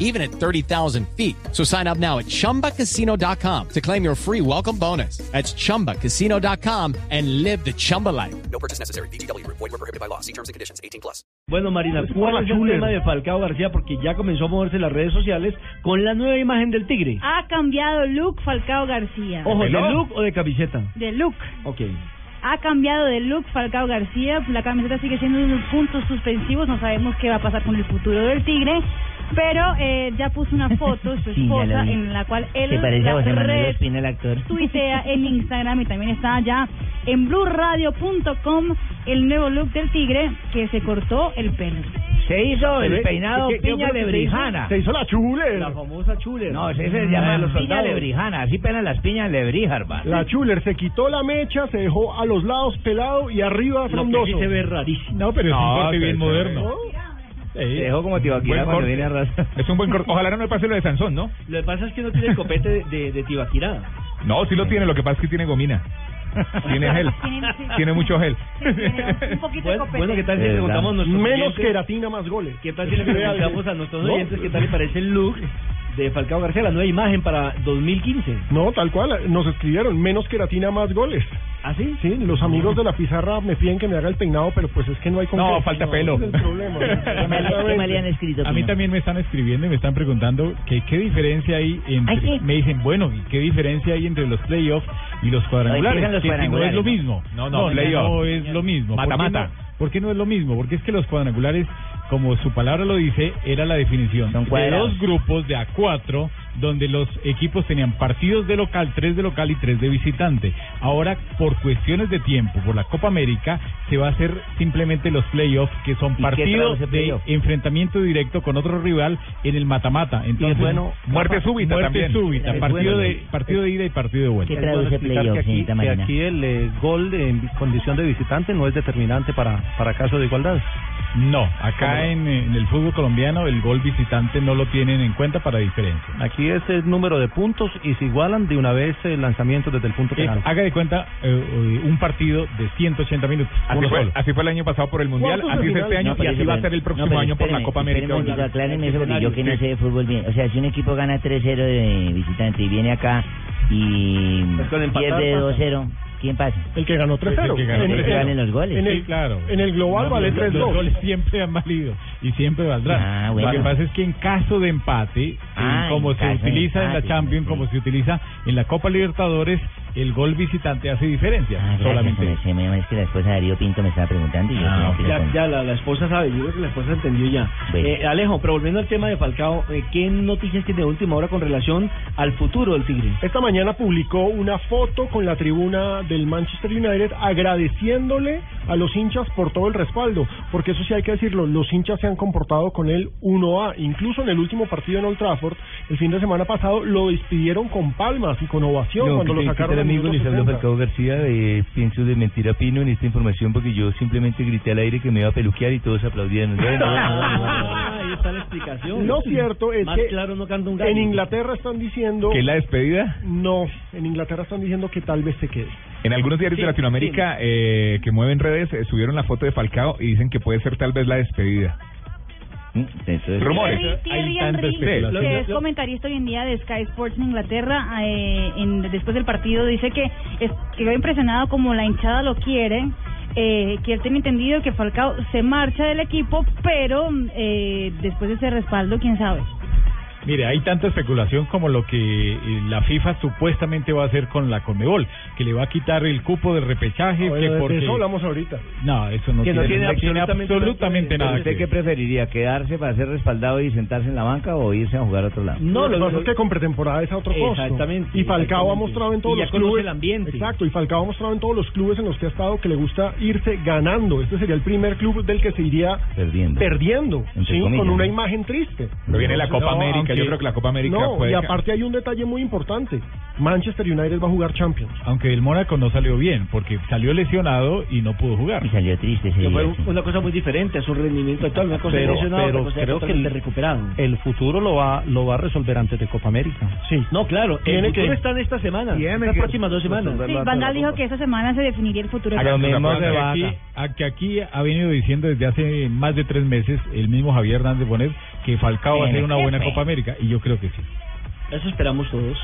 even at 30,000 feet. So sign up now at ChumbaCasino.com to claim your free welcome bonus. That's ChumbaCasino.com and live the Chumba life. No purchase necessary. BGW. Void were prohibited by law. See terms and conditions. 18 plus. Bueno, Marina, Pues, ¿cuál hola, es el Julen. tema de Falcao García? Porque ya comenzó a moverse las redes sociales con la nueva imagen del tigre. Ha cambiado look Falcao García. Ojo, ¿de ¿Peló? look o de camiseta? De look. Ok. Ha cambiado de look Falcao García. La camiseta sigue siendo unos puntos suspensivos. No sabemos qué va a pasar con el futuro del Tigre. Pero eh, ya puso una foto, su Sí, ya esposa, la vi. en la cual él Se parece a José Manuel re- Ospina, el actor. tuitea en Instagram y también está allá en blueradio.com el nuevo look del Tigre que se cortó el pelo. Se hizo ¿Qué- el peinado qué- qué- piña qué- lebrijana. Se hizo la chule. La famosa chule. No, ese se llama piña soldados. lebrijana. Así pelan las piñas lebrijas, va. La Chuler se quitó la mecha, se dejó a los lados pelado y arriba frondoso. se ve rarísimo. No, pero es un corte bien moderno. Se dejó como tibaquira Buen cuando corte. viene a raza. Es un buen corte. Ojalá no le pase lo de Sansón, ¿no? Lo que pasa es que no tiene el copete de, de, de tibaquirada. No, sí lo tiene, lo que pasa es que tiene gomina. Tiene gel. Tiene- sí. Tiene mucho gel. Sí, tiene un poquito de Bueno, copete. bueno, ¿qué tal si le Verdad. preguntamos a nuestros Menos oyentes? queratina, más goles. ¿Qué tal si le preguntamos a nuestros oyentes qué tal le parece el look de Falcao García, la nueva imagen para 2015? No, tal cual, nos escribieron, menos queratina, más goles. ¿Ah, sí? Sí, los amigos de la pizarra me piden que me haga el peinado, pero pues es que no hay con No, qué. falta pelo. ese es el problema. ¿Qué mal- qué mal le han escrito? A mí Pino? también me están escribiendo y me están preguntando que qué diferencia hay entre... Ay, sí. Me dicen, bueno, ¿y qué diferencia hay entre los playoffs y los cuadrangulares? empiezan los que si no es cuadrangulares, lo ¿no? mismo. No, no, ya playoff. no es lo mismo. ¿Por qué Mata-mata. no- ¿Por qué no es lo mismo? Porque es que los cuadrangulares, como su palabra lo dice, era la definición Son de cuadrados. dos grupos de a cuatro, donde los equipos tenían partidos de local, tres de local y tres de visitante. Ahora, por cuestiones de tiempo, por la Copa América, se va a hacer simplemente los playoffs, que son qué partidos trae ese de playoff? enfrentamiento directo con otro rival en el mata-mata. Entonces, bueno, muerte súbita también. súbita, Es partido, bueno. de, partido de ida y partido de vuelta. ¿Qué traduce playoff, señorita Marina? el eh, gol en condición de visitante no es determinante para, para caso de igualdad. No, acá en, en el fútbol colombiano el gol visitante no lo tienen en cuenta para diferencia. Aquí es el número de puntos y se igualan de una vez el lanzamiento desde el punto Es, haga de cuenta eh, eh, un partido de 180 minutos. Así uno fue, solo. así fue el año pasado por el Mundial, ¿Cuántos así es este finales? año No, y pero así eso, va a pero- ser el no, próximo pero año por la espéreme, Copa espéreme América. un momentito, aclárenme eso porque yo que no Sí. sé de fútbol bien. O sea, si un equipo gana 3-0 de visitante y viene acá y Pues con empatar pierde pasa. 2-0, ¿quién pasa? Ah, El que ganó 3-0. El que ganó En- 3-0. Que ganen los goles. En Sí, el, claro. en el global No, vale los- Los 3-2. goles siempre han valido y siempre valdrán. Ah, bueno. Lo que pasa es que en caso de empate, Ah, en como en se caso de utiliza en la empate, Champions, sí. como se utiliza en la Copa Libertadores, el gol visitante hace diferencia. Ah, gracias, solamente. hombre, se me- es que la esposa de Darío Pinto me estaba preguntando y yo... Ah, tengo que ok. Ya, responder. ya la, la esposa sabe, yo creo que la esposa entendió ya. Bueno. Eh, Alejo, pero volviendo al tema de Falcao, eh, ¿qué noticias tiene de última hora con relación al futuro del Tigre? Esta mañana publicó una foto con la tribuna del Manchester United agradeciéndole a los hinchas por todo el respaldo, porque eso sí hay que decirlo, los hinchas se han comportado con él 1A, incluso en el último partido en Old Trafford, el fin de semana pasado lo despidieron con palmas y con ovación cuando lo sacaron del minuto 60. García, eh, pienso de mentir a Pino en esta información porque yo simplemente grité al aire que me iba a peluquear y todos aplaudían. Ah, ahí está la explicación. Lo cierto es Más que claro no canta un gallo. en Inglaterra están diciendo ¿Que es la despedida? no, en Inglaterra están diciendo que tal vez se quede. En algunos diarios Sí, de Latinoamérica eh, que mueven redes eh, subieron la foto de Falcao y dicen que puede ser tal vez la despedida. Mm, Rumores. Thierry- Thierry Hay tanta Henry, especulación. que es comentarista hoy en día de Sky Sports en Inglaterra, eh, en- después del partido dice que es- quedó impresionado como la hinchada lo quiere, eh, que él tiene entendido que Falcao se marcha del equipo, pero eh, después de ese respaldo, quién sabe. Mire, hay tanta especulación como lo que eh, la FIFA supuestamente va a hacer con la Conmebol, que le va a quitar el cupo de repechaje, Ah, Bueno, que de porque... eso hablamos ahorita. No, eso no Que no tiene, tiene no tiene absolutamente absolutamente, nada nada ¿Usted qué que ver. preferiría? ¿Quedarse para ser respaldado y sentarse en la banca o irse a jugar a otro lado? Mm, No, lo que lo- pasa es que con pretemporada es a otro costo. Exactamente, Y Falcao ha exactamente. mostrado en todos Y ya los conoce clubes. el ambiente. Exacto, y Falcao ha mostrado en todos los clubes en los que ha estado que le gusta irse ganando. Este sería el primer club del que se iría Perdiendo. perdiendo, Entre ¿sí? comillas, con una ¿no? imagen triste. Pero viene la Copa No, América América. Yo creo que la Copa América No, puede y ca- aparte hay un detalle muy importante. Manchester United va a jugar Champions. Aunque el Mónaco no salió bien, porque salió lesionado y no pudo jugar. Y salió triste ese Que día, fue sí. una cosa muy diferente a su rendimiento actual, una cosa Pero- lesionado, otra pero cosa creo que totalmente el- recuperado. El futuro lo va, lo va a resolver antes de Copa América. Sí. No, claro, el Tiene futuro que- está en esta semana, Tiene en las que próximas dos semanas. resolverlo. Sí, Van Gaal dijo que esta semana se definiría el futuro. Lo mismo acuerdo que de aquí, Vaca. a que aquí ha venido diciendo desde hace más de tres meses el mismo Javier Hernández Bonet que Falcao va a hacer una buena Copa América y yo creo que sí. Eso esperamos todos.